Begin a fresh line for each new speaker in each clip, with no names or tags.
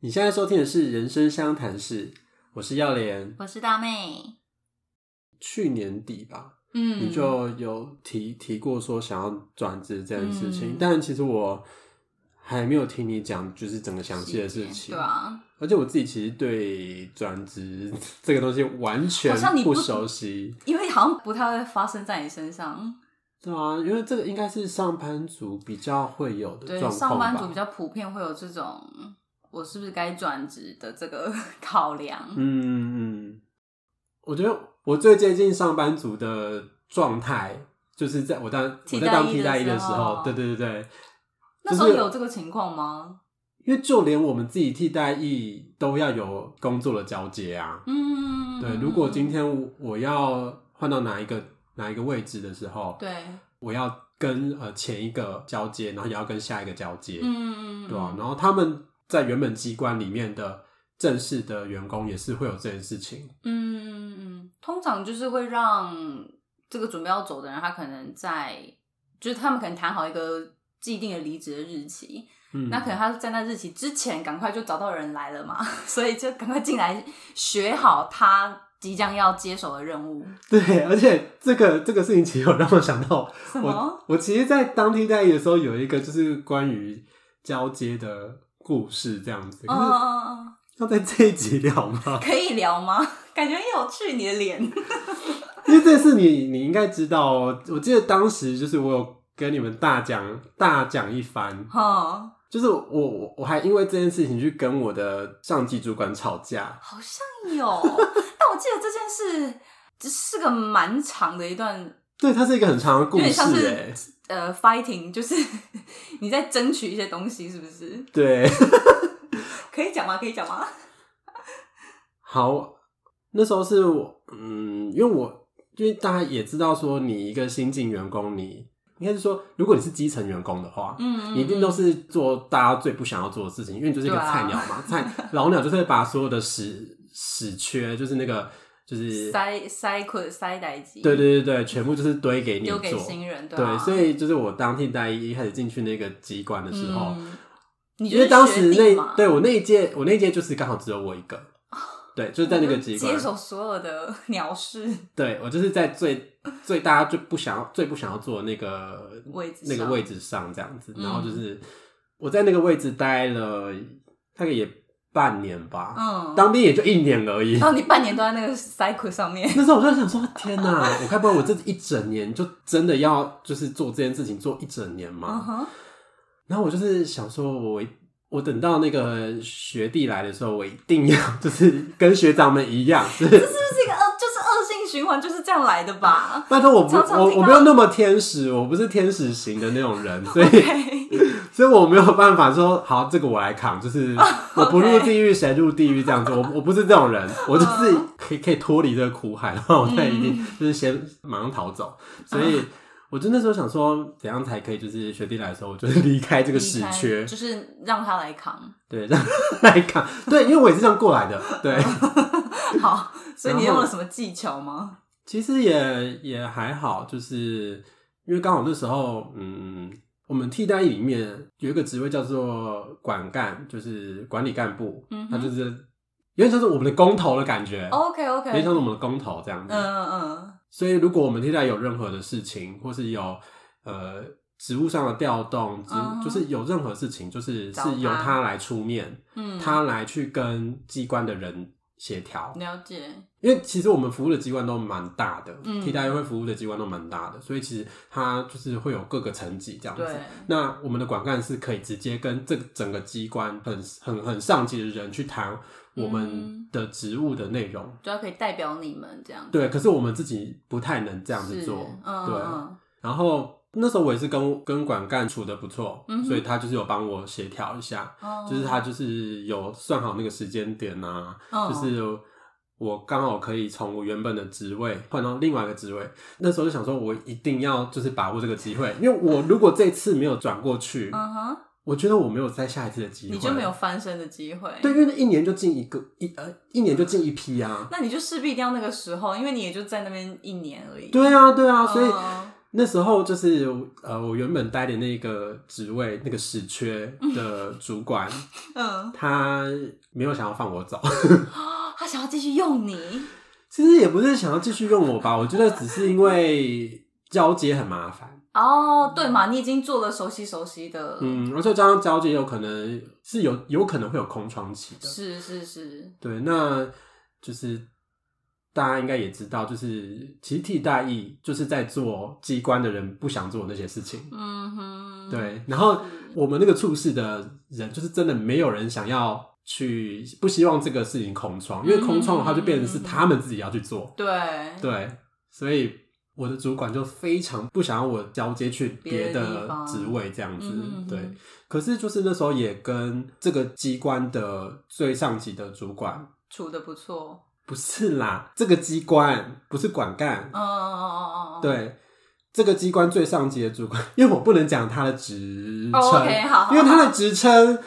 你现在收听的是《人生相谈室》，我是耀莲。
我是大妹。
去年底吧，
嗯，
你就有提提过说想要转职这件事情，
嗯
但其实我还没有听你讲，就是整个详细的事情。
对啊，
而且我自己其实对转职 这个东西完全
好像你不
熟悉。
因为好像不太会发生在你身上，
对啊，因为这个应该是上班族比较会有的
对，
状况吧。
上班族比较普遍会有这种我是不是该转职的这个 考量。
嗯，嗯，我觉得我最接近上班族的状态，就是在我当我
替代
在当
役
替
的
代一的
时
时
候
候，对对对对，
那时候有这个情况吗？
因为就连我们自己替代役都要有工作的交接啊。
嗯，
对，如果今天我要换到哪一个哪一个位置的时候，
对，
我要跟呃前一个交接，然后也要跟下一个交接，
嗯，
对啊，然后他们在原本机关里面的正式的员工也是会有这件事情。
嗯嗯嗯，通常就是会让这个准备要走的人，他可能在，就是他们可能谈好一个既定的离职的日期，
嗯，
那可能他在那日期之前赶快就找到人来了嘛， 所以就赶快进来学好他即将要接手的任务。
对，而且这个这个事情其实有让我想到，
什么
我？我其实，在当替代役的时候有一个就是关于交接的故事这样子，
嗯
可
嗯
是
嗯嗯，
要在这一集聊吗？
可以聊吗？ 感觉很有趣，你的脸。
因为这次你你应该知道哦，我记得当时就是我有跟你们大讲大讲一番，
哦，
就是我我我还因为这件事情去跟我的上级主管吵架，
好像有，但我记得这件事只是个蛮长的一段
对，它是一个很长的故
有点
事、
像是
哎，
呃 fighting，就是 你在争取一些东西，是不是？
对。
可以讲吗？可以讲 吗？
好，那时候是我，嗯，因为我因为大家也知道说，你一个新进员工，你应该是说，如果你是基层员工的话，
嗯，
你一定都是做大家最不想要做的事情，因为你就是一个
对啊
菜鸟嘛，菜 老鸟就是会把所有的屎屎缺，就是那个就是，
塞塞捆塞代机，
对对，对对，全部就是堆给你
丢
做。
给新人，对啊
对，所以就是我当替代一开始进去那个机关的时候，
嗯你
因
就是
为当
学
时
弟
那
嘛
对我那一届，我那一届就是刚好只有我一个，对，就是在那个
你就
机关
嗯接手所有的 鸟事，
对我就是在最最大家最不想要最不想要坐的那个
位置
那
上
个位置上这样子，
嗯
然后就是我在那个位置待了大概也半年吧，
嗯，
当兵也就一年而已。
然后你半年都在那个 cycle 上面，
那时候我就想说，天哪！我该不会我这一整年就真的要就是做这件事情做一整年
嗯
吗？
哼，
然后我就是想说我，我等到那个学弟来的时候，我一定要 就是跟学长们一样，就是
这是不是一个恶，就是恶性循环，就是这样来的 吧？
拜托，我不，
常常
我
听
我
到
没有那么天使，我不是天使型的那种 人，所以
OK，
所以我没有办法说好，这个我来扛，就是 我不入地狱谁入地狱这样子，我我不是这种人，
嗯
我就是可以可以脱离这个苦海，然后我再一定就是先马上逃走，
嗯
所以。我就那时候想说，怎样才可以就是学弟来的时候，我就是离开这
这
个死缺，
就是让他来扛，
对，让来扛，对，因为我也是这样过来的，对，
好，所以你
然
用
后
了什么技巧吗？
其实也也还好，就是因为刚好那时候，嗯，我们替代役里面有一个职位叫做管干，就是管理干部，
嗯
他
哼
就是有点像是我们的工头的感觉，
，OK
有点
OK，
像是我们的工头这样子。
嗯嗯
所以如果我们替代有任何的事情，或是有呃职务上的调动，职务、
嗯哼
就是有任何事情，就是
找他
是由他来出面，
嗯，
他来去跟机关的人协调。
了解，
因为其实我们服务的机关都蛮大的，
嗯
替代役会服务的机关都蛮大的，所以其实它就是会有各个层级这样子
对。
那我们的管干是可以直接跟这个整个机关很很很上级的人去谈我
嗯
们的职务的内容。
主要可以代表你们这样子，
对，可是我们自己不太能这样子
是
做。
嗯嗯
然后那时候我也是跟跟管干处的不错，
嗯哼
所以他就是有帮我协调一下，
嗯，
就是他就是有算好那个时间点啊，
嗯
就是我刚好可以从我原本的职位换到另外一个职位，那时候就想说，我一定要就是把握这个机会，因为我如果这次没有转过去，
嗯哼，
我觉得我没有再下一次的机会，
你就没有翻身的机会，
对，因为那一年就进一个一呃一年就进一批啊，
那你就势必一定要那个时候，因为你也就在那边一年而已。
对啊对啊，所以
嗯
那时候就是呃，我原本待的那个职位，那个职缺的主管，
嗯，
他没有想要放我走，
他想要继续用你，
其实也不是想要继续用我吧，我觉得只是因为交接很麻烦，
哦，对嘛，你已经做了熟悉熟悉的，
嗯，而且加上交接有可能是有有可能会有空窗期的，
是是是，
对，那就是大家应该也知道，就是其实替代役就是在做机关的人不想做的那些事情，
嗯哼，
对，然后我们那个处室的人，就是真的没有人想要去，不希望这个事情空窗，因为空窗的话就变成
嗯
是他们自己要去做。
对，
对，所以我的主管就非常不想要我交接去别
别的地
的
方
职位这样子
嗯哼。
对，可是就是那时候也跟这个机关的最上级的主管，
处的不错，
不是啦，这个机关不是管干，
嗯嗯嗯嗯嗯，
对。这个机关最上级的主管， 因为我不能讲他的职称
哦，OK，好好
因为他的职称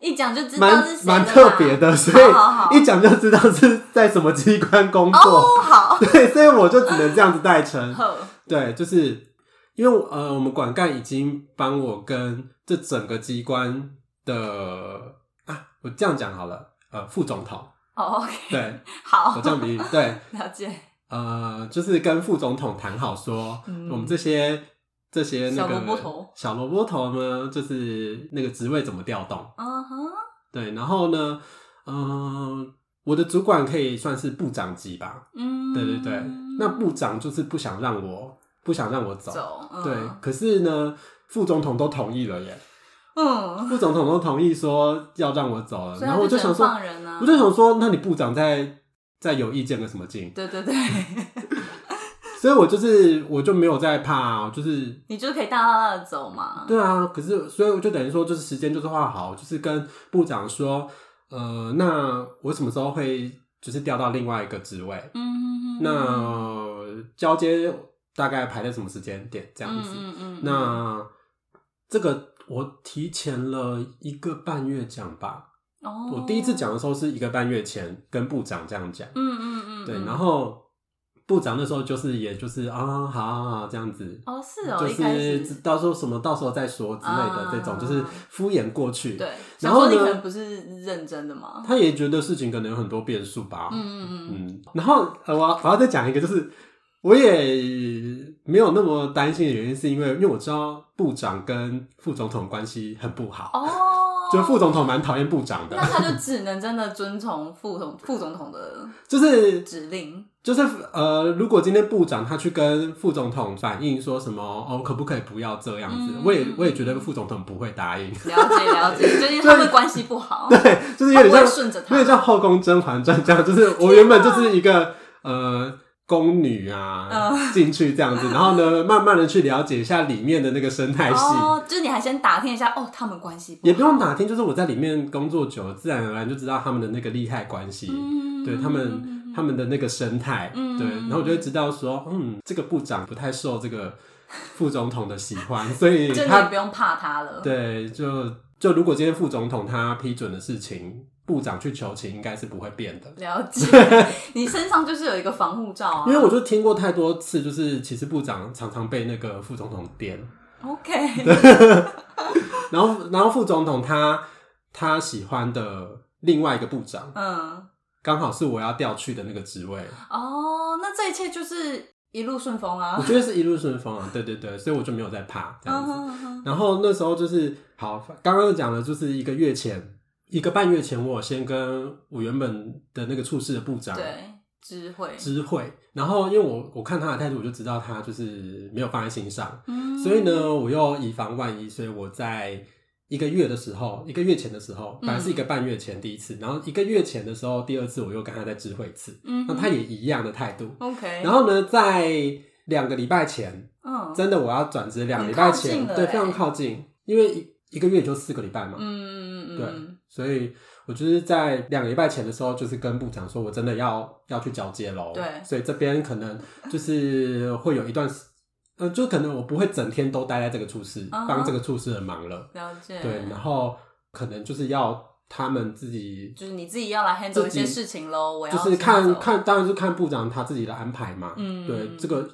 一讲就知道
蛮
是谁
蛮
了
特
啦
别的，所以
好好
一讲就知道是在什么机关工
好
作。
哦，好，
对，所以我就只能这样子代 称。
呵，
对，就是因为呃，我们管干已经帮我跟这整个机关的啊，我这样讲好了，呃，副总统，
哦，OK，
对
好
我，这样比喻，对，
了解，
呃，就是跟副总统谈好说，
嗯
我们这些这些那个
小萝卜头
小萝卜头呢，就是那个职位怎么调动。
嗯哼，
对，然后呢，嗯、我的主管可以算是部长级吧，
嗯，
对对对，那部长就是不想让我不想让我走，
走，嗯
对，可是呢，副总统都同意了耶，
嗯，
副总统都同意说要让我走了，
所以
然
他
后我
就只
想
能
说，
放人啊，
我就想说，那你部长在在有意见个什么劲？
对对对，
所以我就是我就没有在怕、哦，就是
你就可以大大大的走嘛，
对啊，可是所以我就等于说，就是时间就是画好，就是跟部长说，呃，那我什么时候会就是调到另外一个职位？
嗯，
那呃交接大概排在什么时间点？这
这
样子。
嗯嗯，
那这个我提前了一个半月讲吧，
哦，
我第一次，讲的时候是一个半月前跟部长这样讲，
嗯嗯嗯，
对，
嗯
然后部长那时候就是也就是啊，好好好这样子，
哦是哦，
就
一开始
是到时候什么到时候再说之类的
啊
这种，就是敷衍过去。，
对，
然
想
后
说你
呢
可能不是认真的嘛，
他也觉得事情可能有很多变数吧。
嗯嗯嗯，
嗯然后呃我要我要再讲一个，就是我也没有那么担心的原因，是因为因为我知道部长跟副总统关系很不好，
哦，
就副总统蛮讨厌部长
那
的，
他就只能真的遵从副总副总统的
就是
指令，
就是呃，如果今天部长他去跟副总统反映说什么哦，可不可以不要这样子，
嗯
我也我也觉得副总统不会答应。
了解了解，最近他们关系不好，对，
对，就是有点
会
像
顺着
有
他，
点像《后宫甄嬛传》这样，就是我原本就是一个呃宫女啊
嗯
进去这样子，然后呢，慢慢的去了解一下里面的那个生态系，
哦，就是你还先打听一下，哦，他们关系
也
不
不用打听，就是我在里面工作久了，自然而然就知道他们的那个利害关系，
嗯
对他们他们的那个生态，
嗯
对，然后我就会知道说，嗯，这个部长不太受这个副总统的喜欢，所以
好就你也
他
不用怕他了，
对就就如果今天副总统他批准的事情，部长去求情应该是不会变的。
了解， 你身上就是有一个防护罩啊，
因为我就听过太多次，就是其实部长常常被那个副总统颠，
OK，
然后然后副总统他他喜欢的另外一个部长，
嗯，
刚好是我要调去的那个职位，
哦，那这一切就是一路顺风啊
我，觉得是一路顺风啊，对对对，所以我就没有再怕这样
嗯
子。
哼哼
然后那时候就是好，刚刚讲的就是一个月前，一个半月前，我有先跟我原本的那个处室的部长
对，智慧，
知会，然后因为我我看他的态度，我就知道他就是没有放在心上，
嗯
所以，呢，我又以防万一，所以我在一个月的时候，一个月前的时候，
嗯
本来是一个半月前第一次，然后一个月前的时候，第二次我又跟他再知会一次，
嗯
那
哼
他也一样的态度。
OK，
然后呢，在两个礼拜前，
嗯，
真的我要转职，两个礼拜前，
很靠近了
对，
欸
非常靠近，因为一一个月也就四个礼拜嘛，
嗯嗯嗯，
对，所以我就是在两个礼拜前的时候，就是跟部长说，我真的要要去交接喽。
对
所以这边可能就是会有一段时，呃，就可能我不会整天都待在这个处室，
嗯哼
帮、这个处室的忙了。
了解，
对，然后可能就是要他们自己，
就是你自己要来 handle 一
自己
些事情喽，我要
就是
先
看
走，
看，当然是看部长他自己的安排嘛。
嗯
对，这个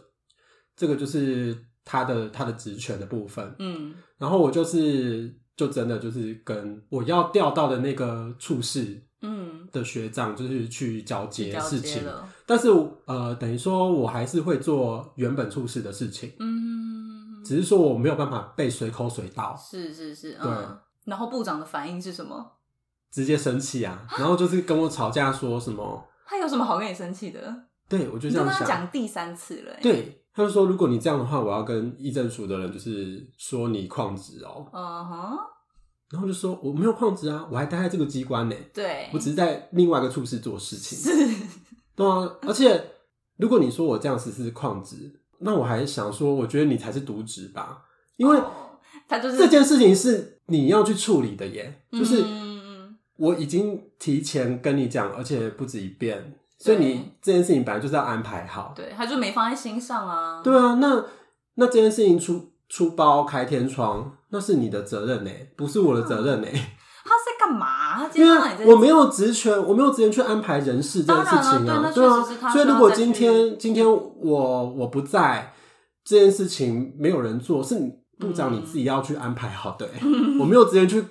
这个就是他的他的职权的部分，
嗯
然后我就是就真的就是跟我要调到的那个处室
嗯，
的学长就是去交接
了
事
解
情，
了，
但是呃，等于说我还是会做原本处室的事情，
嗯，
只是说我没有办法被随口随到，
是是是，
对
嗯。然后部长的反应是什么？
直接生气啊，然后就是跟我吵架说什么，
他有什么好跟你生气的？
对我就
你
这
都
样
跟他
想，
讲第三次了、欸，，
对。他就说：“如果你这样的话，我要跟议政署的人就是说你旷职哦。
嗯哼，”
然后就说：“我没有旷职啊，我还待在这个机关呢、
对，
我只是在另外一个处室做事情。”
哎是，
对啊，而且如果你说我这样子是旷职，那我还想说，我觉得你才是渎职吧，因为
哦他就是
这件事情是你要去处理的耶，就是
嗯
我已经提前跟你讲，而且不止一遍，所以你这件事情本来就是要安排好。
嗯对，他就没放在心上啊。
对啊，那那这件事情出出包开天窗，那是你的责任呢，欸不是我的责任呢，
他在干嘛？他 今
因
天
为
让你在
我没有职权，我没有职权去安排人事这件事情
当然
啊
了，哦对
对
那
啊
确实是他，需
所
要
以如果
再去
今天今天我我不在，这件事情没有人做，是你部长
嗯
你自己要去安排好的欸、我没有职权去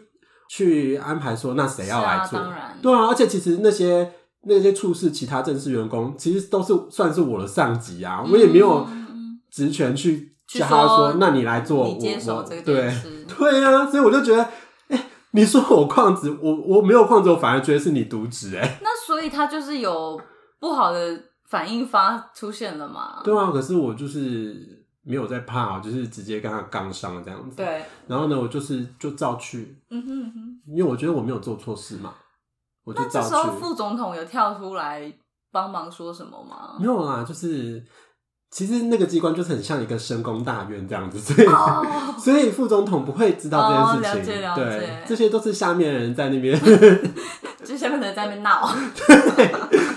去安排说那谁要来
是
做，
啊、当然，
对啊，而且其实那些那些处事其他正式员工，其实都是算是我的上级啊，我也没有
嗯嗯
职权去
去
叫他
说
说，那你来做，
你接手
我
这
我
个
对
件。事，
对啊，所以我就觉得，哎、你说我旷职，我我没有旷职，我反而觉得是你渎职，哎，
那所以他就是有不好的反应发出现了嘛？
对啊，可是我就是没有在怕，我就是直接跟他杠上了这样子。，
对，
然后呢，我就是就照去，
嗯哼嗯哼。
因为我觉得我没有做错事嘛，我就
那这
照
时候
去。
副总统有跳出来帮忙说什么吗
没？有啦，就是其实那个机关就是很像一个深宫大院这样子，所以、
哦，
所以副总统不会知道这件事情，
哦了解了解
对，这些都是下面人在那边
就下面的人在那边闹，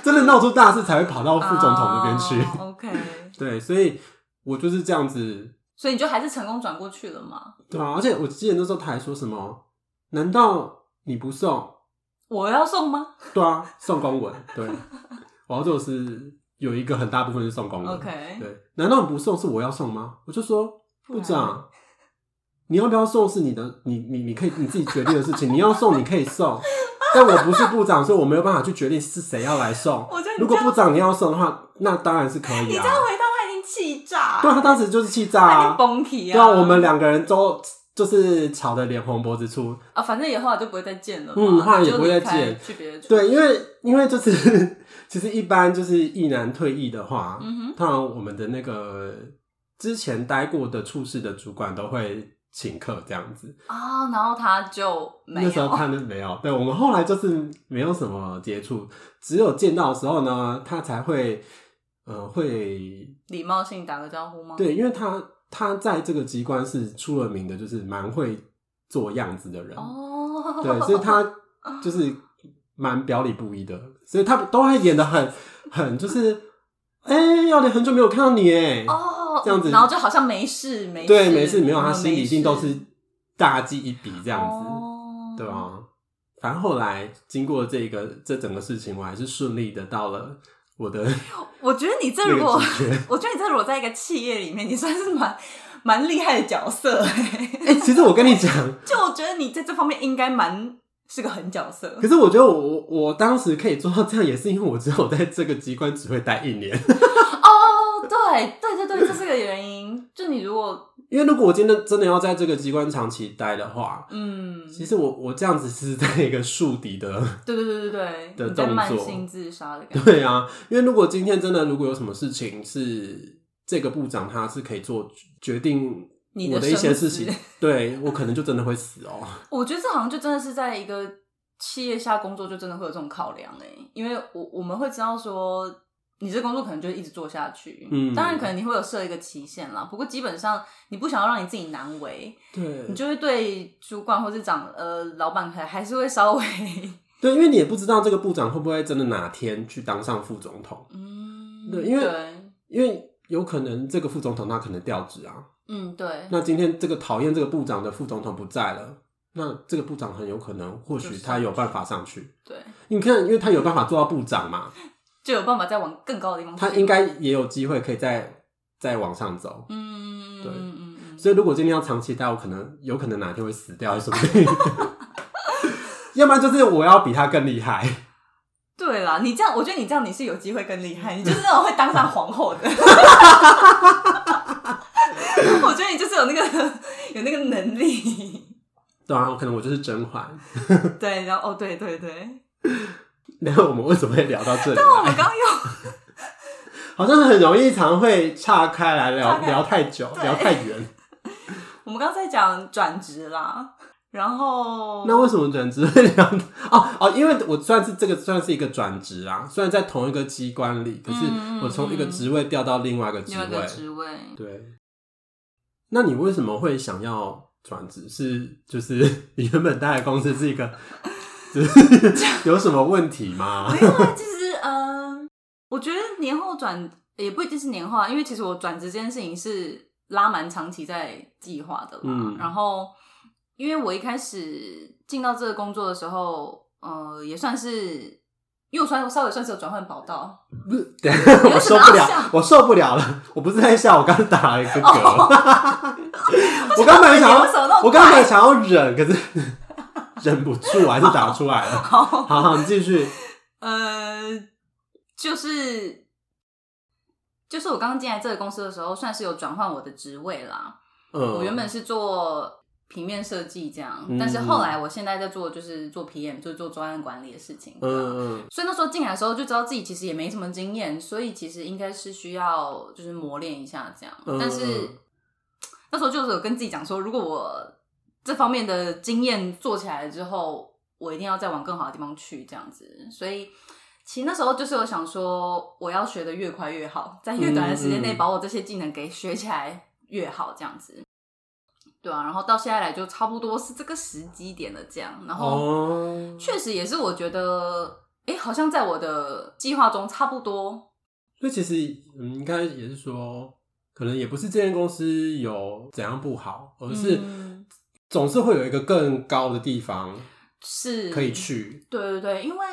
真的闹出大事才会跑 到副总统那边去。
哦 OK，
对，所以我就是这样子，
所以你就还是成功转过去了嘛？
对啊。而且我之前那时候他还说什么，难道你不送？
我要送吗
对啊，送公文。 对，我要做的是有一个很大部分是送公文。
？OK，
嗯对，难道你不送是我要送吗？我就说
不然
部长，你要不要送是你的，你你你可以你自己决定的事情。你要送你可以送，但我不是部长，所以我没有办法去决定是谁要来送。
我觉得你
如果
这样
部长你要送的话，那当然是可
你
以
这
啊。
样回答他已经气炸，
对啊，他当时就是气炸
他已
啊
经，崩体啊！
对啊，我们两个人都就是吵得脸红脖子粗。
啊，反正以后来就不会再见了嘛，
嗯后来也
就
不会再
离开
见
去别的地方
对，因为因为就是 其实一般就是一男退役的话，
嗯哼，
通常我们的那个之前待过的处室的主管都会请客这样子。
啊，然后他就没
那时候
有，
他们没有，对我们后来就是没有什么接触，只有见到的时候呢，他才会呃会
礼貌性打个招呼吗？，
对，因为他他在这个机关是出了名的，就是蛮会做样子的人。
哦，
对，所以他就是蛮表里不一的， 所以他都还演的很很就是，哎、要你很久没有看到你哎，
哦
这样子
然后就好像没事没事，
对，没事没有，他
嗯
心里一定都是
没事
大记一笔这样子，
哦
对啊，反正后来经过这个这整个事情，我还是顺利的到了我的
我觉得你 这
那
如果
个，职权。
我觉得你这如果在一个企业里面，你算是蛮蛮厉害的角色、欸，
哎、其实我跟你讲，
就我觉得你在这方面应该蛮是个狠角色
可。是我觉得我我我当时可以做到这样，也是因为我知道我在这个机关只会待一年。
哦，对对对对，这是个原因。就你如果
因为如果我今天真的要在这个机关长期待的话，
嗯，
其实我我这样子是在一个树敌的，
对对对对对，
的
你在
动
慢
作
性自杀的感 觉。
对啊，因为如果今天真的如果有什么事情是这个部长他是可以做决定
你的
我一些
生
事
死
情，对我可能就真的会死哦、
我觉得这好像就真的是在一个企业下工作，就真的会有这种考量哎、因为我我们会知道说。你这工作可能就一直做下去，
嗯
当然可能你会有设一个期限啦。不过基本上你不想要让你自己难为，你
对
就会对主管或是长呃老板还还是会稍微
对，因为你也不知道这个部长会不会真的哪天去当上副总统，
嗯，
对因为
对
因为有可能这个副总统他可能调职啊，
嗯对，
那今天这个讨厌这个部长的副总统不在了，那这个部长很有可能或
就
许
上
他有
去
办法上去。
对，
你看，因为他有办法做到部长嘛，
就有哦办法再往更高的地方去。
他应该也有机会可以再再往上走。
嗯，
对
嗯
所以如果今天要长期待，我可能有可能哪天会死掉，说不定。 要不然就是我要比他更厉害，
对啦，你这样，我觉得你这样你是有机会更厉害，你就是那种会当上皇后的。 我觉得你就是有那个有那个能力。
对啊，我可能我就是甄嬛。
对，然后哦，对对对，
然后我们为什么会聊到这里
但我
来？
们刚刚又
好像很容易常会岔开来聊
岔开
聊太久，
对
聊太远。
我们刚刚在讲转职啦，然后
那为什么转职会聊？哦 哦，因为我算是这个算是一个转职啊，虽然在同一个机关里，可是
嗯嗯
我从一个
嗯
职位调到另外一个职
另外一
位
个。职位，
对，那你为什么会想要转职？是就是 你原本待的公司是一个，就是 有什么问题吗？
没有啊，其实嗯、我觉得年后转也不一定是年后啊，因为其实我转职这件事情是拉蛮长期在计划的啦。
嗯
然后，因为我一开始进到这个工作的时候，呃，也算是。因为我算稍微算是有转换跑道，
不是，等一下
你
我
为什
受
么
不
要
了
笑，
我受不了了！我不是在笑，我刚刚打了一个嗝。
哦
啊我刚本来想
你
要
为什么那么，
我刚
快
本来想要忍，可是 忍不住，还是打出来了。
好，
好好，你继续。
呃，就是就是我刚刚进来这个公司的时候，算是有转换我的职位啦。
嗯，
我原本是做平面设计这样，
嗯
但是后来我现在在做就是做 PM，就是做专案管理的事情。嗯，
嗯嗯
所以那时候进来的时候就知道自己其实也没什么经验，所以其实应该是需要就是磨练一下这样。
嗯
但是
嗯
那时候就是有跟自己讲说，如果我这方面的经验做起来了之后，我一定要再往更好的地方去这样子。所以其实那时候就是有想说，我要学的越快越好，在越短的时间内
嗯嗯
把我这些技能给学起来越好这样子。对啊，然后到现在来就差不多是这个时机点了，这样，然后
哦，
确实也是我觉得，哎、好像在我的计划中差不多，
所以其实嗯，应该也是说，可能也不是这间公司有怎样不好，而是
嗯
总是会有一个更高的地方
是
可以去。
对对对，因为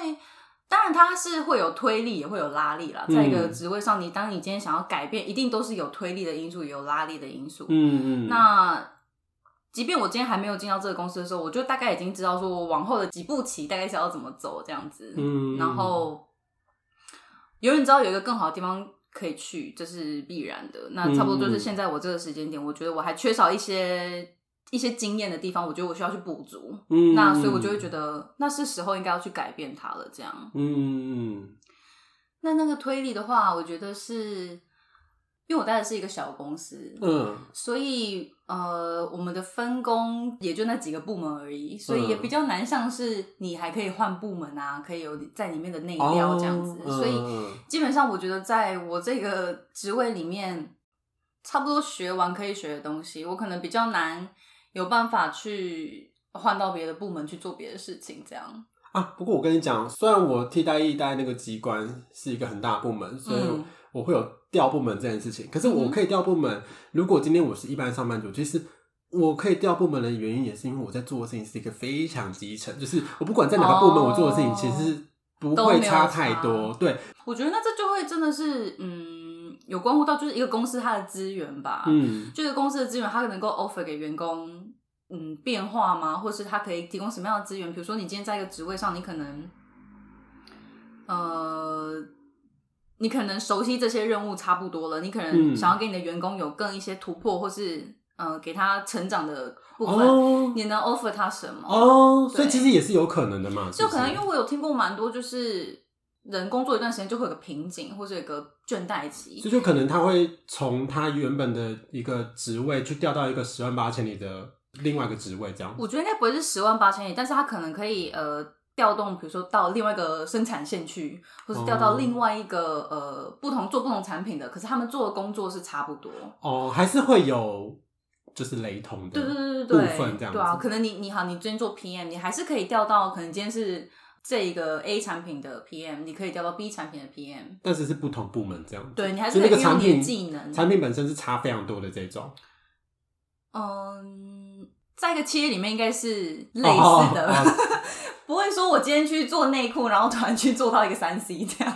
当然它是会有推力，也会有拉力啦。在一个
嗯
职位上，你当你今天想要改变，一定都是有推力的因素，也有拉力的因素。
嗯嗯，
那即便我今天还没有进到这个公司的时候，我就大概已经知道说我往后的几步棋大概是要怎么走这样子。
嗯，
然后有人知道有一个更好的地方可以去，这是必然的。那差不多就是
嗯
现在我这个时间点，我觉得我还缺少一些一些经验的地方，我觉得我需要去补足。
嗯，
那所以我就会觉得，那是时候应该要去改变它了。这样，
嗯，嗯
那那个推理的话，我觉得是因为我待的是一个小公司，
嗯
所以呃，我们的分工也就那几个部门而已，所以也
嗯
比较难像是你还可以换部门啊，可以有在里面的内
嗯，
调这样子。
哦
所以
嗯
基本上，我觉得在我这个职位里面，差不多学完可以学的东西，我可能比较难有办法去换到别的部门去做别的事情，这样。
啊，不过我跟你讲，虽然我替代一代那个机关是一个很大的部门，所以
嗯
我会有调部门这件事情，可是
嗯
我
哼
可以调部门。如果今天我是一般上班族，其实。我可以调部门的原因，也是因为我在做的事情是一个非常基层，就是我不管在哪个部门，
哦
我做的事情其实不
都没
会
有
差
差
太多。对，
我觉得那这就会真的是，嗯，有关乎到就是一个公司它的资源吧，，
嗯，
这个公司的资源它能够 offer 给员工，嗯，变化吗？或是它可以提供什么样的资源？比如说你今天在一个职位上，你可能，呃。你可能熟悉这些任务差不多了，你可能
嗯
想要给你的员工有更一些突破，或是呃给他成长的部分，
哦
你能 offer 他什么？
哦，所以
对
其实也是有可能的嘛，是
就
不是
可能因为我有听过蛮多，就是人工作一段时间就会有个瓶颈，或者有个倦怠期
这。就可能他会从他原本的一个职位去调到一个十万八千里的另外一个职位，这样。
我觉得应该不会是十万八千里，但是他可能可以呃调动，比如说到另外一个生产线去，或是调到
哦
另外一个、呃不同做不同产品的，可是他们做的工作是差不多。
哦，还是会有就是雷同的
对对对对
部分这
对，
样
对啊，
子。
可能你你好，你今天做 PM，你还是可以调到，可能今天是这一个 A 产品的 PM，你可以调到 B 产品的 PM，
但是是不同部门这样子。
对你还是
所以
可
那
以
个
运用
产
你
品
的技能。
产品本身是差非常多的这种。
嗯，在一个企业里面应该是类
哦
似的，
哦
不会说我今天去做内裤，然后突然去做到一个三 C 这样。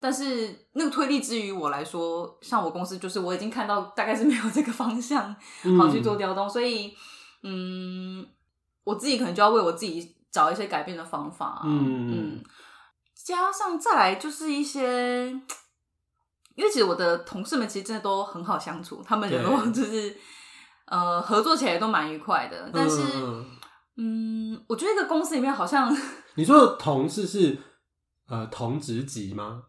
但是那个推力之于我来说，像我公司就是我已经看到大概是没有这个方向好去做调动，所以嗯，我自己可能就要为我自己找一些改变的方法啊、
嗯
嗯，加上再来就是一些，因为其实我的同事们其实真的都很好相处，他们人都
对
就是呃合作起来都蛮愉快的，但是
嗯嗯嗯
嗯我觉得一个公司里面好像
你说的同事是呃同职级吗？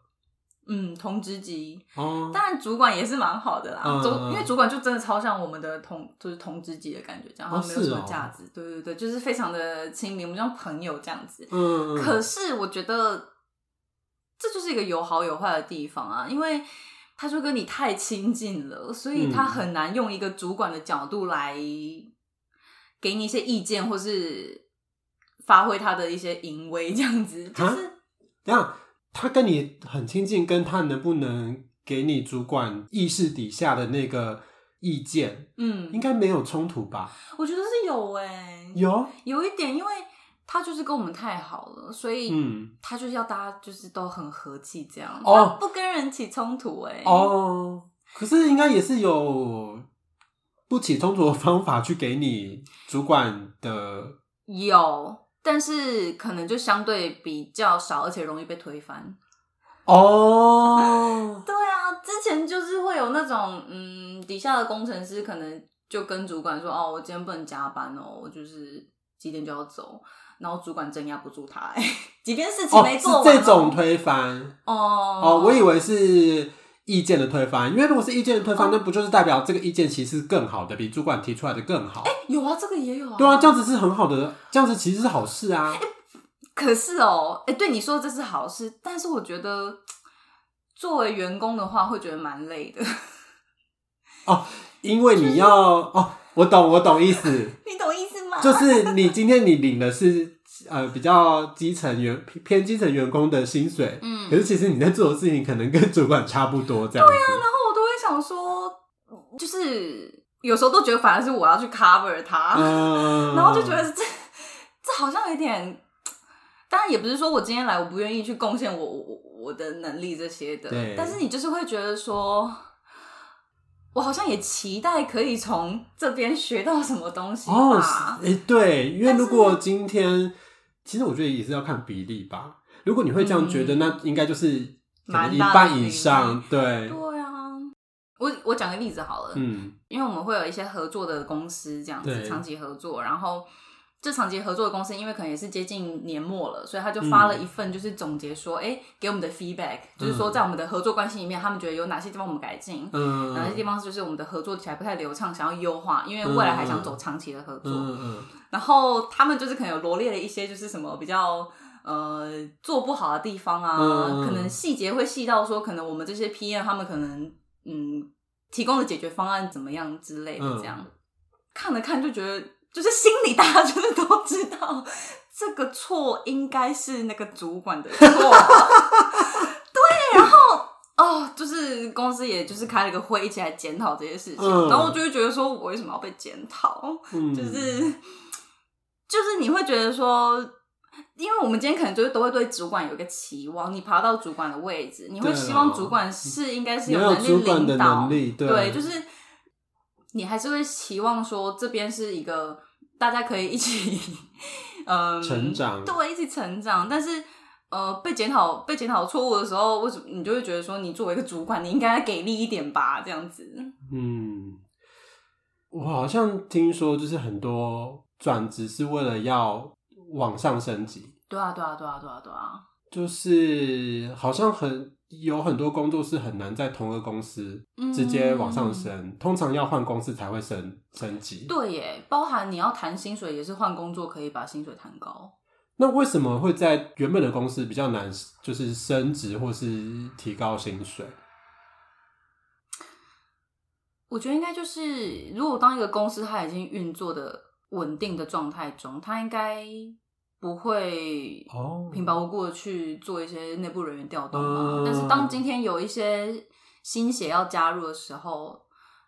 嗯同职级
哦，
当然，主管也是蛮好的啦。
嗯
主、
嗯
因为主管就真的超像我们的同，就是同知己的感觉，这样，
哦
他没有什么
是哦
价值。对对对，就是非常的亲民，我们像朋友这样子。
嗯，嗯
可是我觉得这就是一个有好有坏的地方啊，因为他就跟你太亲近了，所以他
嗯
很难用一个主管的角度来给你一些意见，或是发挥他的一些淫威这样子，就
啊
是。
等一下他跟你很亲近，跟他能不能给你主管意识底下的那个意见，
嗯
应，该没有冲突吧？
我觉得是有哎、
有，
有一点，因为他就是跟我们太好了，所以
嗯，
他就是要大家就是都很和气这样，
哦
他不跟人起冲突哎、
哦，可是应该也是有不起冲突的方法去给你主管的，
有，但是可能就相对比较少，而且容易被推翻。
哦，
对啊，之前就是会有那种嗯，底下的工程师可能就跟主管说哦，我今天不能加班哦，我就是几点就要走。然后主管镇压不住他、哎， 几件事情
哦，
没
是
做完、
这种推翻，
哦
哦，我以为是意见的推翻，因为如果是意见的推翻，
哦
那不就是代表这个意见其实是更好的，比主管提出来的更好？
有啊，这个也有啊。
对啊，这样子是很好的，这样子其实是好事
哎
啊。
可是哦，哎、对你说这是好事，但是我觉得作为员工的话，会觉得蛮累的。
因为你要哦，我懂，我懂意思，
你懂意思吗？
就是你今天你领的是呃比较基层员偏基层员工的薪水，
嗯
可是其实你在做的事情可能跟主管差不多这样子。
然后我都会想说，就是有时候都觉得反而是我要去 cover 他，
嗯
啊然后就觉得这这好像有点。当然也不是说我今天来我不愿意去贡献我我我的能力这些的
对，
但是你就是会觉得说，我好像也期待可以从这边学到什么东西吧。
哦，哎、诶对，因为
但是
如果今天，其实我觉得也是要看比例吧。如果你会这样觉得，
嗯
那应该就是可能
蛮
一
大的
半以上，对，
对啊，我我讲个例子好了，
嗯，
因为我们会有一些合作的公司这样子
对
长期合作，然后这长期合作的公司，因为可能也是接近年末了，所以他
嗯
就发了一份就是总结说，哎、给我们的 feedback，就是说在我们的合作关系里面，他们觉得有哪些地方我们改进。
嗯
哪些地方就是我们的合作起来不太流畅，想要优化，因为未来还想走长期的合作。
嗯嗯
然后他们就是可能有罗列了一些就是什么比较呃做不好的地方啊，
嗯
可能细节会细到说，可能我们这些 PM 他们可能嗯提供的解决方案怎么样之类
嗯
的，这样、看了看就觉得，就是心里大家就是都知道这个错应该是那个主管的错。对，然后。哦，就是公司，也就是开了个会，一起来检讨这些事情。
嗯
然后我就会觉得说，我为什么要被检讨？
嗯，
就是就是你会觉得说，因为我们今天可能就是都会对主管有一个期望，你爬到主管的位置，你会
对啊
希望主管是应该是
你要有
能力
主管的
领导，
能力，对，啊
对，就是你还是会期望说这边是一个大家可以一起， 嗯，
成长
对，一起成长，但是。呃，被检讨被检讨错误的时候，为什么你就会觉得说，你作为一个主管，你应该给力一点吧？这样子，
嗯，我好像听说就是很多转职是为了要往上升级，
对啊，对啊，对啊，对啊，对啊，
就是好像很有很多工作是很难在同一个公司
嗯
直接往上升，通常要换公司才会升升级。
对耶，包含你要谈薪水，也是换工作可以把薪水谈高。
那为什么会在原本的公司比较难，就是升职或是提高薪水？
我觉得应该就是，如果当一个公司它已经运作的稳定的状态中，它应该不会
哦
平白无故的去做一些内部人员调动嘛。
嗯
但是当今天有一些新血要加入的时候，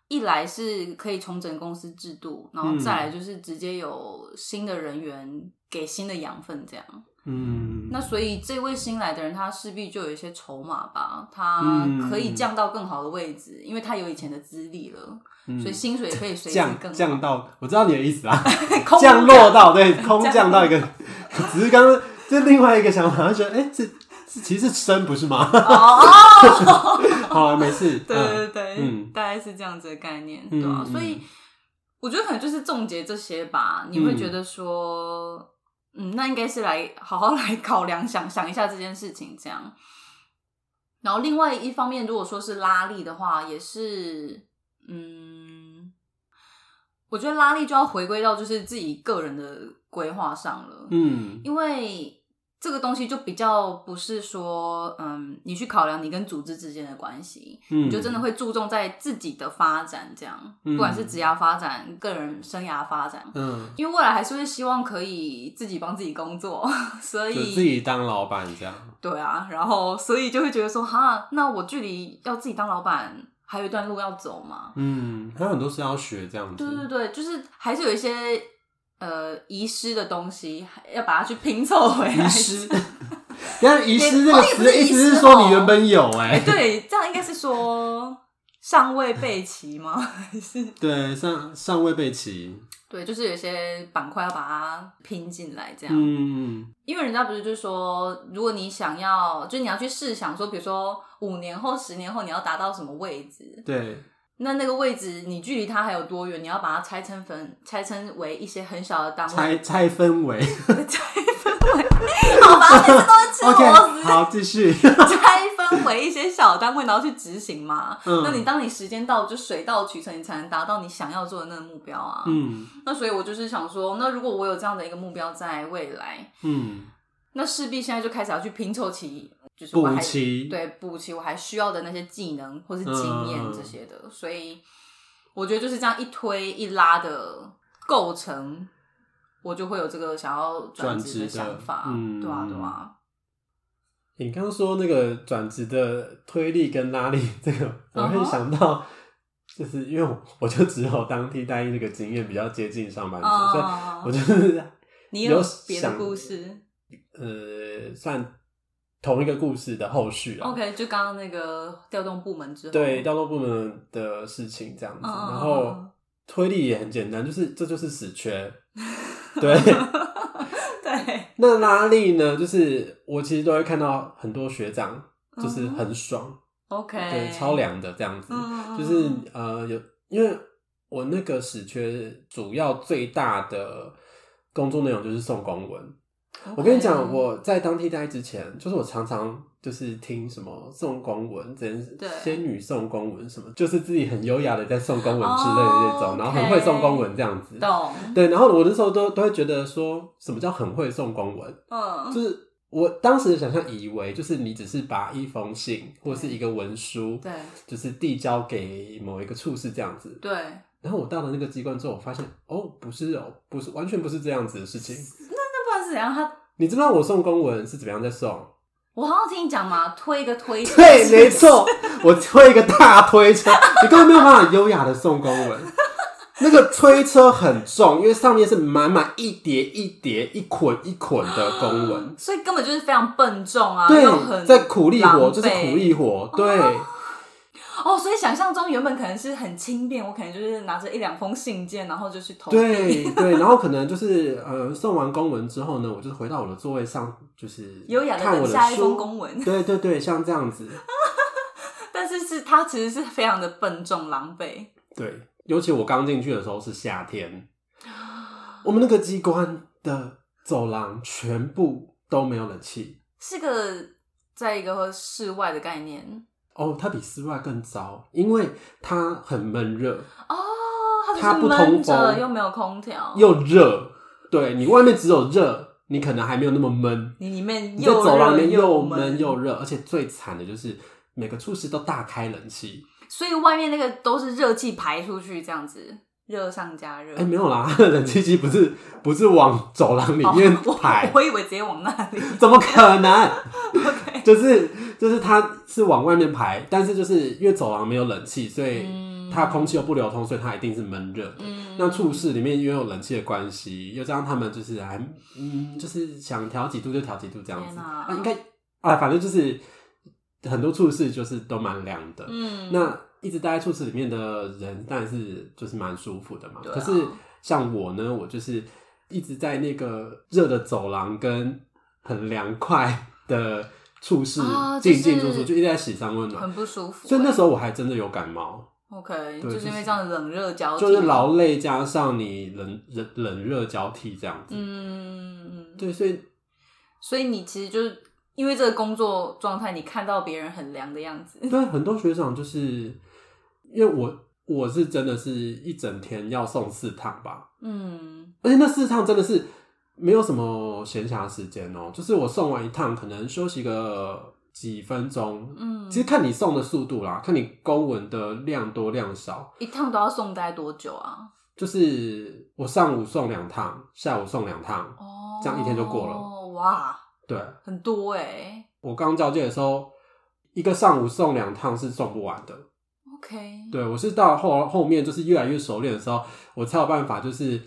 一来是可以重整公司制度，然后
嗯
再来就是直接有新的人员给新的养分这样。
嗯，
那所以这位新来的人，他势必就有一些筹码吧，他
嗯
可以降到更好的位置，因为他有以前的资历了，
嗯
所以薪水也可以随之
降
更
降
好。
到，我知道你的意思 啦，
空
降落到对空
降
降到一个，只是刚刚这另外一个想法，就觉得哎、诶是是其实是升不是吗？
哦，
好了，没事，
对对
嗯
对，
嗯
大概是这样子的概念，
嗯
对啊，
嗯
所以我觉得可能就是总结这些吧，你会觉得说，嗯那应该是来好好来考量想想一下这件事情，这样。然后另外一方面，如果说是拉力的话，也是，嗯，我觉得拉力就要回归到就是自己个人的规划上了，
嗯
因为这个东西就比较不是说，嗯，你去考量你跟组织之间的关系，
嗯，
你就真的会注重在自己的发展，这样，
嗯
不管是职业发展、个人生涯发展，
嗯，
因为未来还是会希望可以自己帮自己工作，所
就
以
自己当老板这样，
对啊，然后所以就会觉得说，哈，那我距离要自己当老板还有一段路要走嘛，
嗯，还有很多事要学这样子，
对对对，就是还是有一些。呃，遗失的东西还要把它去拼凑回来。
遗 失。但是遗失这
哦
个
也不是
词，意
遗
思
失
是说
哦
你原本有哎、
哎、对，这样应该是说尚未备齐吗？还是
对，上上未被齐，
对，就是有些板块要把它拼进来，这样。
嗯
因为人家不是就是说，如果你想要，就是你要去试想说，比如说五年后、十年后你要达到什么位置，
对，
那那个位置你距离它还有多远？你要把它拆成分，拆成为一些很小的单位，
拆拆分 为
拆分为，好吧，每次都是吃
OK，
螺丝。
好，继 续，
拆分为一些小单位，然后去执行嘛。
嗯
那你当你时间到，就水到渠成，你才能达到你想要做的那个目标啊。
嗯
那所以我就是想说，那如果我有这样的一个目标在未来，
嗯，
那势必现在就开始要去拼凑起，就是我
补
还
齐，
对补齐我还需要的那些技能或是经验
嗯
这些的。所以我觉得就是这样一推一拉的构成，我就会有这个想要转职
转
的
职的
想法。
嗯
对啊，对啊。
你刚刚说那个转职的推力跟拉力，这个我会
嗯哼
想到，就是因为我我就只有当替代役那个经验比较接近上班族，所以
啊、
我就是
你有
有
别的
想
故事？
呃算同一个故事的后续啊。
OK，就刚刚那个调动部门之后，
对，调动部门的事情这样子，
嗯嗯
然
嗯
后
嗯
推力也很简单，就是这就是死 缺，对。
对，
那拉力呢，就是我其实都会看到很多学长就是
嗯
很爽，
OK，
对，超，凉的这样子，
嗯，
就是呃有，因为我那个史缺主要最大的工作内容就是送公文。我跟你讲，我在当替代之前，就是我常常就是听什么送公文，这件事
对
仙女送公文什么，就是自己很优雅的在送公文之类的那种
哦
然后很会送公文这样子。
懂，
对，然后我那时候都都会觉得说什么叫很会送公文，
嗯，
就是我当时的想象以为就是你只是把一封信或是一个文书，
对
就是递交给某一个处室这样子。
对，
然后我到了那个机关之后，我发现哦，不是哦，不是，完全不是这样子的事情。
那不管是怎样，他
你知不知道我送公文是怎么样在 送？
我好像听你讲嘛，推一个推，
对，没，错，我推一个大推车，你根本没有办法优雅的送公文。那个推车很重，因为上面是满满一叠一叠、一捆一捆的公文。
所以根本就是非常笨重啊，又
对，
很
在苦力
狼
活
狈
就是苦力活，对，
哦，所以想象中原本可能是很轻便，我可能就是拿着一两封信件，然后就去 投递，
对对，然后可能就是呃送完公文之后呢，我就回到我的座位上，就是
优雅的
看
等
我的
下一封
书。
公文，
对对对，像这样子，
但是是他其实是非常的笨重狼狈，
对，尤其我刚进去的时候是夏 天，我们那个机关的走廊全部都没有冷气。
是个在一个室外的概念
哦，它比室外更糟，因为它很闷热
哦，它
它
就是
不
闷
通
着
风
又没有空调，
又热，对你外面只有热，你可能还没有那么闷，
你里面
你在
又
走廊里面
热
又
闷
闷又热，而且最惨的就是每个处室都大开冷气。
所以外面那个都是热气排出去，这样子热上加热。
哎、没有啦， 冷气机不是不是往走廊里面
哦我
排，
我以为直接往那里。
怎么可能？
OK，
就是就是它是往外面排，但是就是因为走廊没有冷气，所以
嗯
它空气又不流哎通，所以它一定是闷热的。
嗯
那处室里面因为有冷气的关系，又加上他们就是还嗯，就是想调几度就调几度这样
天
子，
哪
啊，应该啊，反正就是很多处室就是都蛮凉的。
嗯，
那一直待在处室里面的人，当然是就是蛮舒服的嘛。
对啊
可是像我呢，我就是一直在那个热的走廊跟很凉快的处室
啊就
进
是
进出出，就一直在洗上温暖。
很不舒服欸。
所以那时候我还真的有感冒，
OK，
对
就
就是是
因为这样冷热交替，嗯
就是劳累加上你冷冷冷热交替这样子。
嗯，嗯，嗯
对，所以
所以你其实就是因为这个工作状态，你看到别人很凉的样子，
对很多学长就是因为我我是真的是一整天要送四趟吧，
嗯，
而且那四趟真的是没有什么闲暇时间哦、就是我送完一趟，可能休息个几分钟。
嗯
其实看你送的速度啦，看你公文的量多量少。
一趟都要送待多久啊？
就是我上午送两趟，下午送两趟。
哦，
这样一天就过
了，哦哇，
对
很多哎、
我刚交接的时候，一个上午送两趟是送不完的。
OK，
对我是到后后面就是越来越熟练的时候，我才有办法就是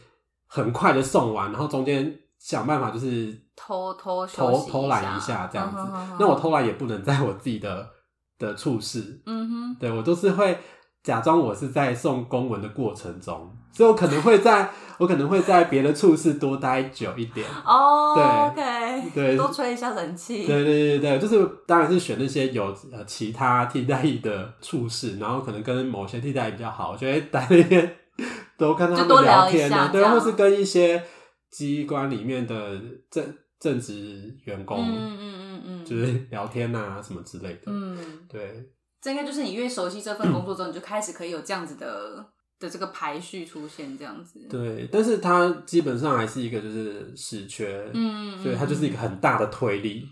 很快的送完，然后中间想办法就是
偷偷休息
偷
一
偷懒一下这样子。
嗯哼哼哼
那我偷懒也不能在我自己的的处室，
嗯
对我都是会假装我是在送公文的过程中，所以我可能会在我可能会在别的处室多待久一点。
哼，哦、
对
o k
对
多吹一下冷气，
对对对对，就是当然是选那些有呃其他替代役的处室，然后可能跟某些替代役比较好，我就会待那边 多看他
就多
们
聊一
天
下
啊，
这
对，
样
或是跟一些机关里面的正正职员工、
嗯嗯嗯嗯，
就是聊天啊什么之类的，
嗯，
对。
这应该就是你越熟悉这份工作之后，你就开始可以有这样子的的这个排序出现，这样子，
对，但是它基本上还是一个就是死缺，
嗯，嗯
所以它就是一个很大的推力。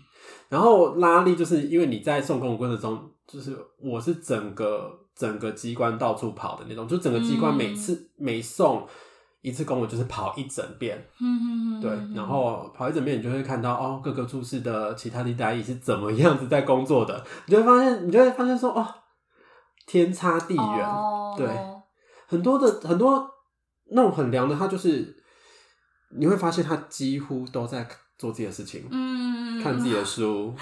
然后拉力就是因为你在送公文过程中，就是我是整个整个机关到处跑的那种，就整个机关
嗯
每次、每送一次公文就是跑一整遍，
嗯嗯嗯嗯
对，
嗯
然后跑一整遍你就会看到哦各个处室的其他地带役是怎么样子在工作的，你就会发现你就会发现说哦天差地远，
哦、
对很多的很多那种很凉的，他就是你会发现他几乎都在做自己的事情，
嗯，
看自己的 书。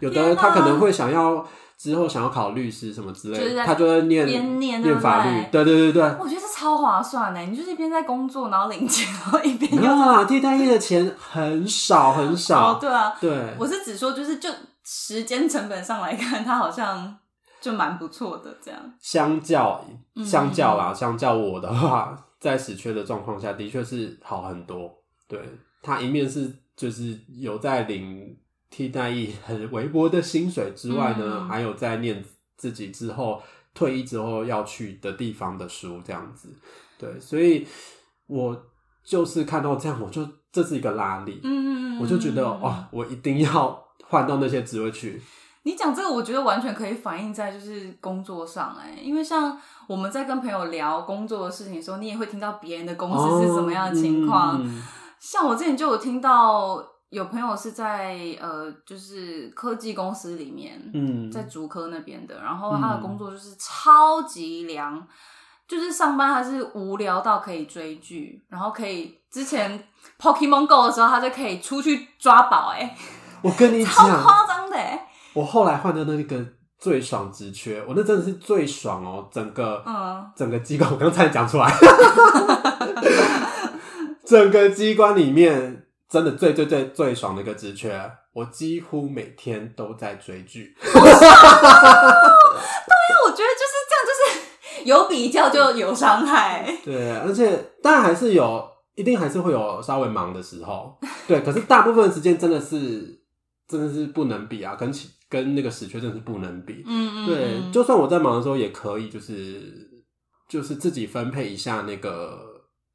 有
天
的
哪
他可能会想要之后想要考律师什么之类
就是在
的，他就会念
边念对不
念法
对
律。对对对对，
我觉得这超划算的，你就是一边在工作，然后领钱，然后一边
没
又
有啦，啊替代役的钱很少很
哦
少，。
对啊，
对，
我是只说就是就时间成本上来看，它好像就蛮不错的这样。
相较
嗯
相较啦，相较我的话， 在死缺的状况下，的确是好很多。对他一面是就是有在领替代役很微薄的薪水之外呢，
嗯
还有在念自己之后退役之后要去的地方的书这样子。对，所以我就是看到这样，我就这是一个拉力，
嗯，
我就觉得哦哇，我一定要换到那些职位去。
你讲这个，我觉得完全可以反映在就是工作上哎、因为像我们在跟朋友聊工作的事情的时候，你也会听到别人的公司是什么样的情况。
哦嗯
像我之前就有听到有朋友是在呃，就是科技公司里面，
嗯，
在竹科那边的，然后他的工作就是超级凉，就是上班他是无聊到可以追剧，然后可以之前 Pokemon Go 的时候，他就可以出去抓宝、哎，
我跟你
超
讲，
夸张的、哎，
我后来换的那个最爽职缺，我那真的是最爽哦，整个、
嗯，
整个机关，我刚才讲出来，整个机关里面真的最最最最爽的一个职缺，我几乎每天都在追剧，
但我觉得就是这样，就是有比较就有伤害，
对，而且当然还是有，一定还是会有稍微忙的时候，对，可是大部分的时间真的是真的是不能比啊，跟其跟那个死缺真的是不能比，
嗯嗯，
对，
嗯
就算我在忙的时候也可以，就是就是自己分配一下那个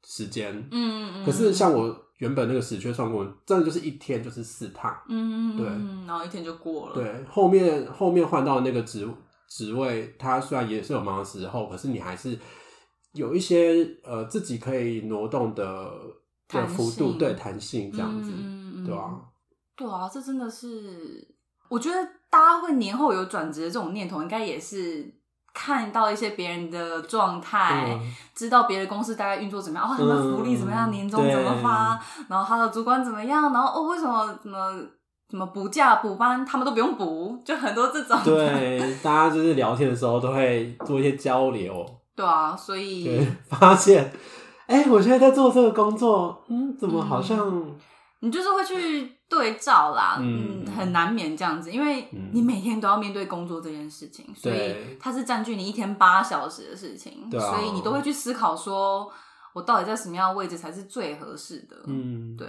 时间。
嗯嗯，
可是像我原本那个死缺算过，真的就是一天就是四趟。
嗯嗯嗯
对
嗯，然后一天就过了，，
对，后面后面换到那个职职位，它虽然也是有忙的时候，可是你还是有一些呃自己可以挪动的的
弹
幅度，
性
对弹性这样子，
嗯嗯嗯，
对吧、
对啊，这真的是。我觉得大家会年后有转职的这种念头，应该也是看到一些别人的状态，
嗯
知道别的公司大概运作怎么样，哦，他们福利怎么
嗯
样，年终怎么发，然后他的主管怎么样，然后哦，为什么怎么怎么补假补班，他们都不用补，就很多这种。
对，大家就是聊天的时候都会做一些交流，
对啊，所
对
以，
发现，哎、我现在在做这个工作，嗯，怎么好像，
你就是会去对照啦，
嗯
嗯，很难免这样子，因为
嗯
你每天都要面对工作这件事情，所
对
以它是占据你一天八小时的事情，
对啊
所以你都会去思考说，我到底在什么样的位置才是最合适的？
嗯，
对，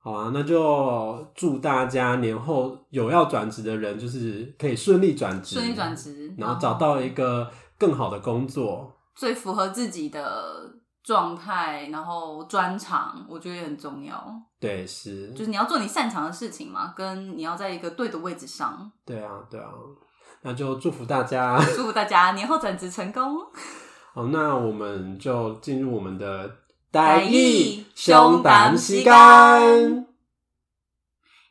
好啊，那就祝大家年后有要转职的人，就是可以顺利转职，
顺利转，职，
嗯然后找到一个更好的工作。
最符合自己的状态，然后专长，我觉得也很重要。
对，是，
就是你要做你擅长的事情嘛，跟你要在一个对的位置上。
对啊，对啊，那就祝福大家。
祝福大家年后转职成功。
好，那我们就进入我们的
台
意
语
胸
胸胆
胆吸
吸
干
干。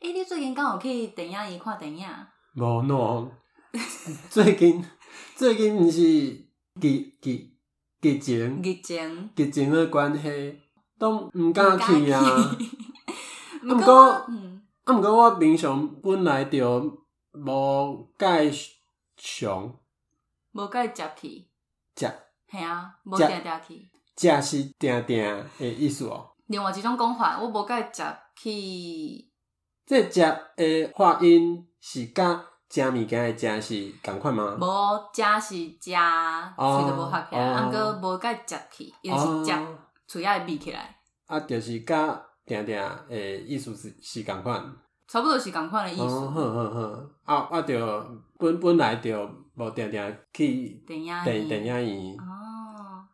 哎、你最近刚好可以等一下一看等一下，
无喏，最近最近毋是疫疫疫情
疫情
疫情的关系，都毋敢去 啊。不
不
过
过，嗯，
啊，毋过我平常本来就无介常
无甲伊接去，
食
系啊，无
食
定定去。
食是定定的意思哦。
另外一种讲法，我无甲伊接去，
这食的发音是甲食物件的食是共款吗？
无食是食，
哦
喙都无合起来，
哦
啊，毋过无甲伊接去，伊就是食，
哦
喙也闭起来，
啊，就是甲定定诶，意思是是共款。
差不多是共款的意
哦，
思。
好好好，啊，我着本本来着无定定去
等一下，
电电影院，
哦，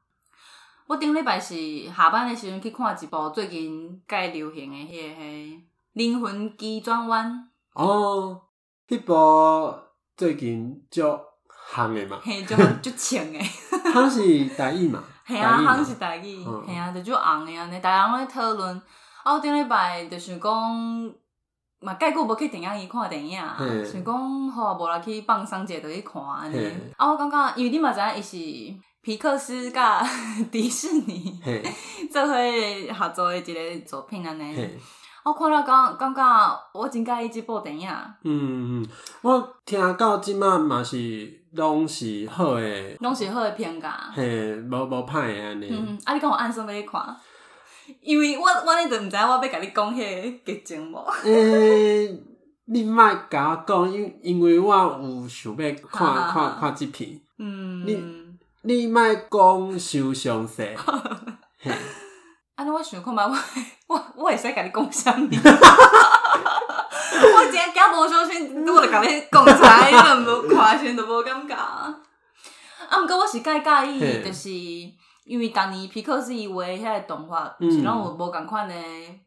我顶礼拜是下班的时阵去看一部最近介流行的迄、个迄《灵魂急转弯
哦，迄部最近足夯诶》嘛，，
嘿，就很就穿 的，
夯是台 语嘛，
系
台
啊，
语嘛
好像是台语，
嗯
系啊，就就红的安尼，大家拢咧讨论。啊，我顶礼拜就是讲，嘛介久无去电影院看电影啊，
嘿
想讲吼无来去放松者，就去看安尼
嘿。
啊，我感觉因为你嘛知影伊是皮克斯甲 迪士尼。
嘿，
做伙合作的一个作品安尼。
嘿，
我看了感感觉我真喜欢这部电影，
嗯，嗯我听到即满嘛是拢是好诶，
拢是好的评价。
嘿，无无歹诶安尼，
嗯，啊，你讲我暗算要去看，因为我我那阵毋知道我要甲你讲迄个剧情无。
诶，你莫甲我讲，因因为我有想要
好
看
好
看
好
看即片。
嗯，
你莫讲受伤 势，
安尼啊我想看觅我我我会使甲你讲啥 物？我真惊无小心，我就甲你讲出来，你都无看先都无感觉。啊，毋过我是介介
嘿
意，就是因为当年皮克斯伊画的遐个动画，
嗯
是拢有无共款的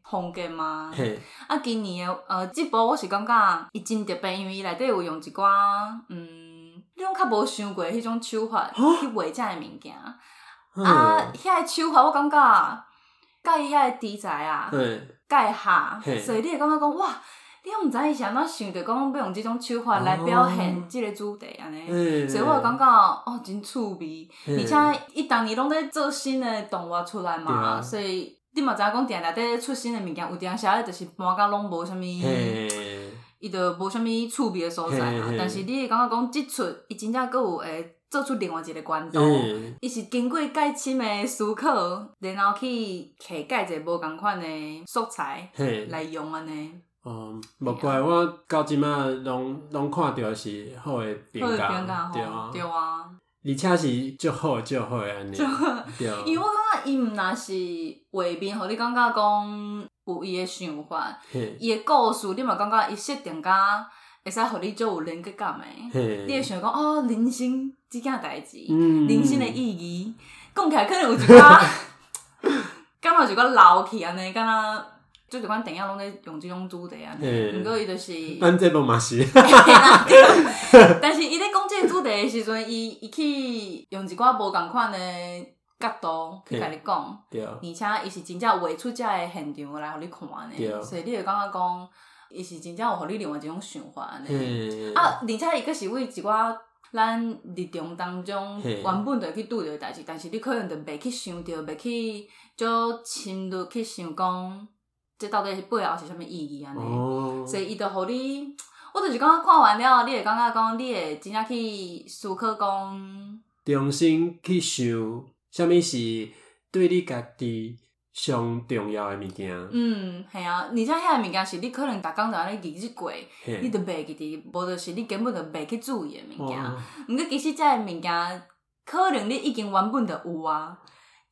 风格嘛。
嘿，
啊，今年的呃，即部我是感觉伊真特别，因为伊内底有用一寡嗯，你拢较无想过迄种手法去画遮的物件。啊
哦嗯，，
遐个手法我感觉，甲伊遐个题材啊，
嗯嘿，
介下
嘿，
所以你会感觉讲哇，你拢毋知伊是安怎想着讲要用即种手法来表
哦
现即个主题安尼。
嘿
哎所以我就感觉哦，真趣味，
嗯嘿
而且伊逐年拢在做新的动画出来
对啊
嘛，所以你嘛知影讲定内底出新的物件，有定时啊就是搬甲拢无啥物，
嘿，
伊就无啥物趣味的所在啊
嘿嘿。
但是你会感觉讲即出，伊真正佫有会做出另外一个关度。
嘿，
伊是经过介深的思考，然后去摕介者无共款的素材
嘿，
来啊用安尼，
哦，无怪我到即摆拢拢看到是好的评
好有
价，
评价
对
吼，
啊，
对啊。
而且是足好足好的安尼，对啊，
因为我感觉伊毋若是画面，互你感觉讲有伊的想法，
嘿，
伊的故事你嘛感觉伊设定甲会使互你足有连接感的。你会
嘿，
想讲哦，人生即件代志，
嗯
人生的意义，讲起来可能有一寡，敢若有一寡老去安尼，敢若就一款电影拢咧用即种主题安
嘿
尼，毋过 伊就是，
咱这部嘛是，
但是伊咧讲即个主题的时阵，伊伊去用一寡无共款的角度去甲你讲，
对，啊
而且伊是真正画出遮个现场来互你看
对
呢，所以你会感觉讲。伊是真正有互你另外一种想法呢。
嘿，
啊，而且伊佫是为一寡咱日常当中
嘿
原本就会去拄着的代志，但是你可能就袂去想着，袂去就深入去想讲，这到底是背后是啥物意义安尼。
哦，
所以伊就互你，我就是感觉看完了，你会感觉讲，你会真正去思考讲，
重新去想，什物是对你家己上重要的物件？
嗯，系啊，而且遐个物件是你可能逐工就安尼日子过，
嘿
你就袂记得，无就是你根本就袂去注意的物件。
哇
毋过其实遮个物件，可能你已经原本就有啊，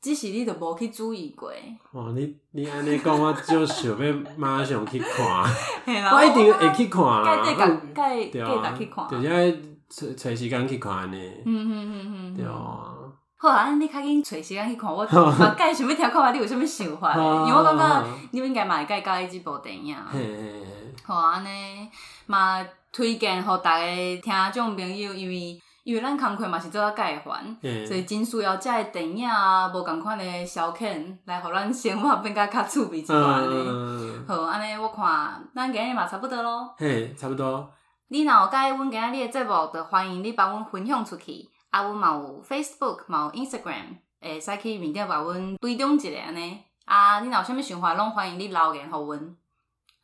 只是你就无去注意 过。
哇，你你安尼讲，我就想要马上去看，
嘿啦
我一定会去看
该
啦。
得
嗯
甲该
对
该
啊
得去看，。
就
嗯
是爱找找时间去看呢。
嗯嗯嗯
对
嗯。
啊，
好啊，安尼你较紧找时间去 看，我嘛介想要听看下你呃有啥物想法咧，因为我感觉嗯你应该嘛会介介意即部电影。
啊嘿嘿嘿
好啊安尼嘛推荐互逐个听众朋友，因为因为咱工课嘛是做啊介烦，
嘿
所以真需要遮个电影啊，无共款的消遣来互咱生活变甲较趣味一寡安尼。
嗯，
好，安尼我看咱今日嘛差不多咯。
嘿，差不多，
你若有介意阮今仔日的节目，就欢迎你帮阮分享出去。啊，阮嘛有 Facebook，嘛有 Instagram，会使去面顶把阮追踪一下安尼。啊，你若有啥物想法，拢欢迎你留言互阮。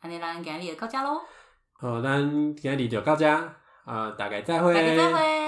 安尼，咱今日就到遮咯，
好，咱今日就到这，啊，大概再
大
会，
家再会。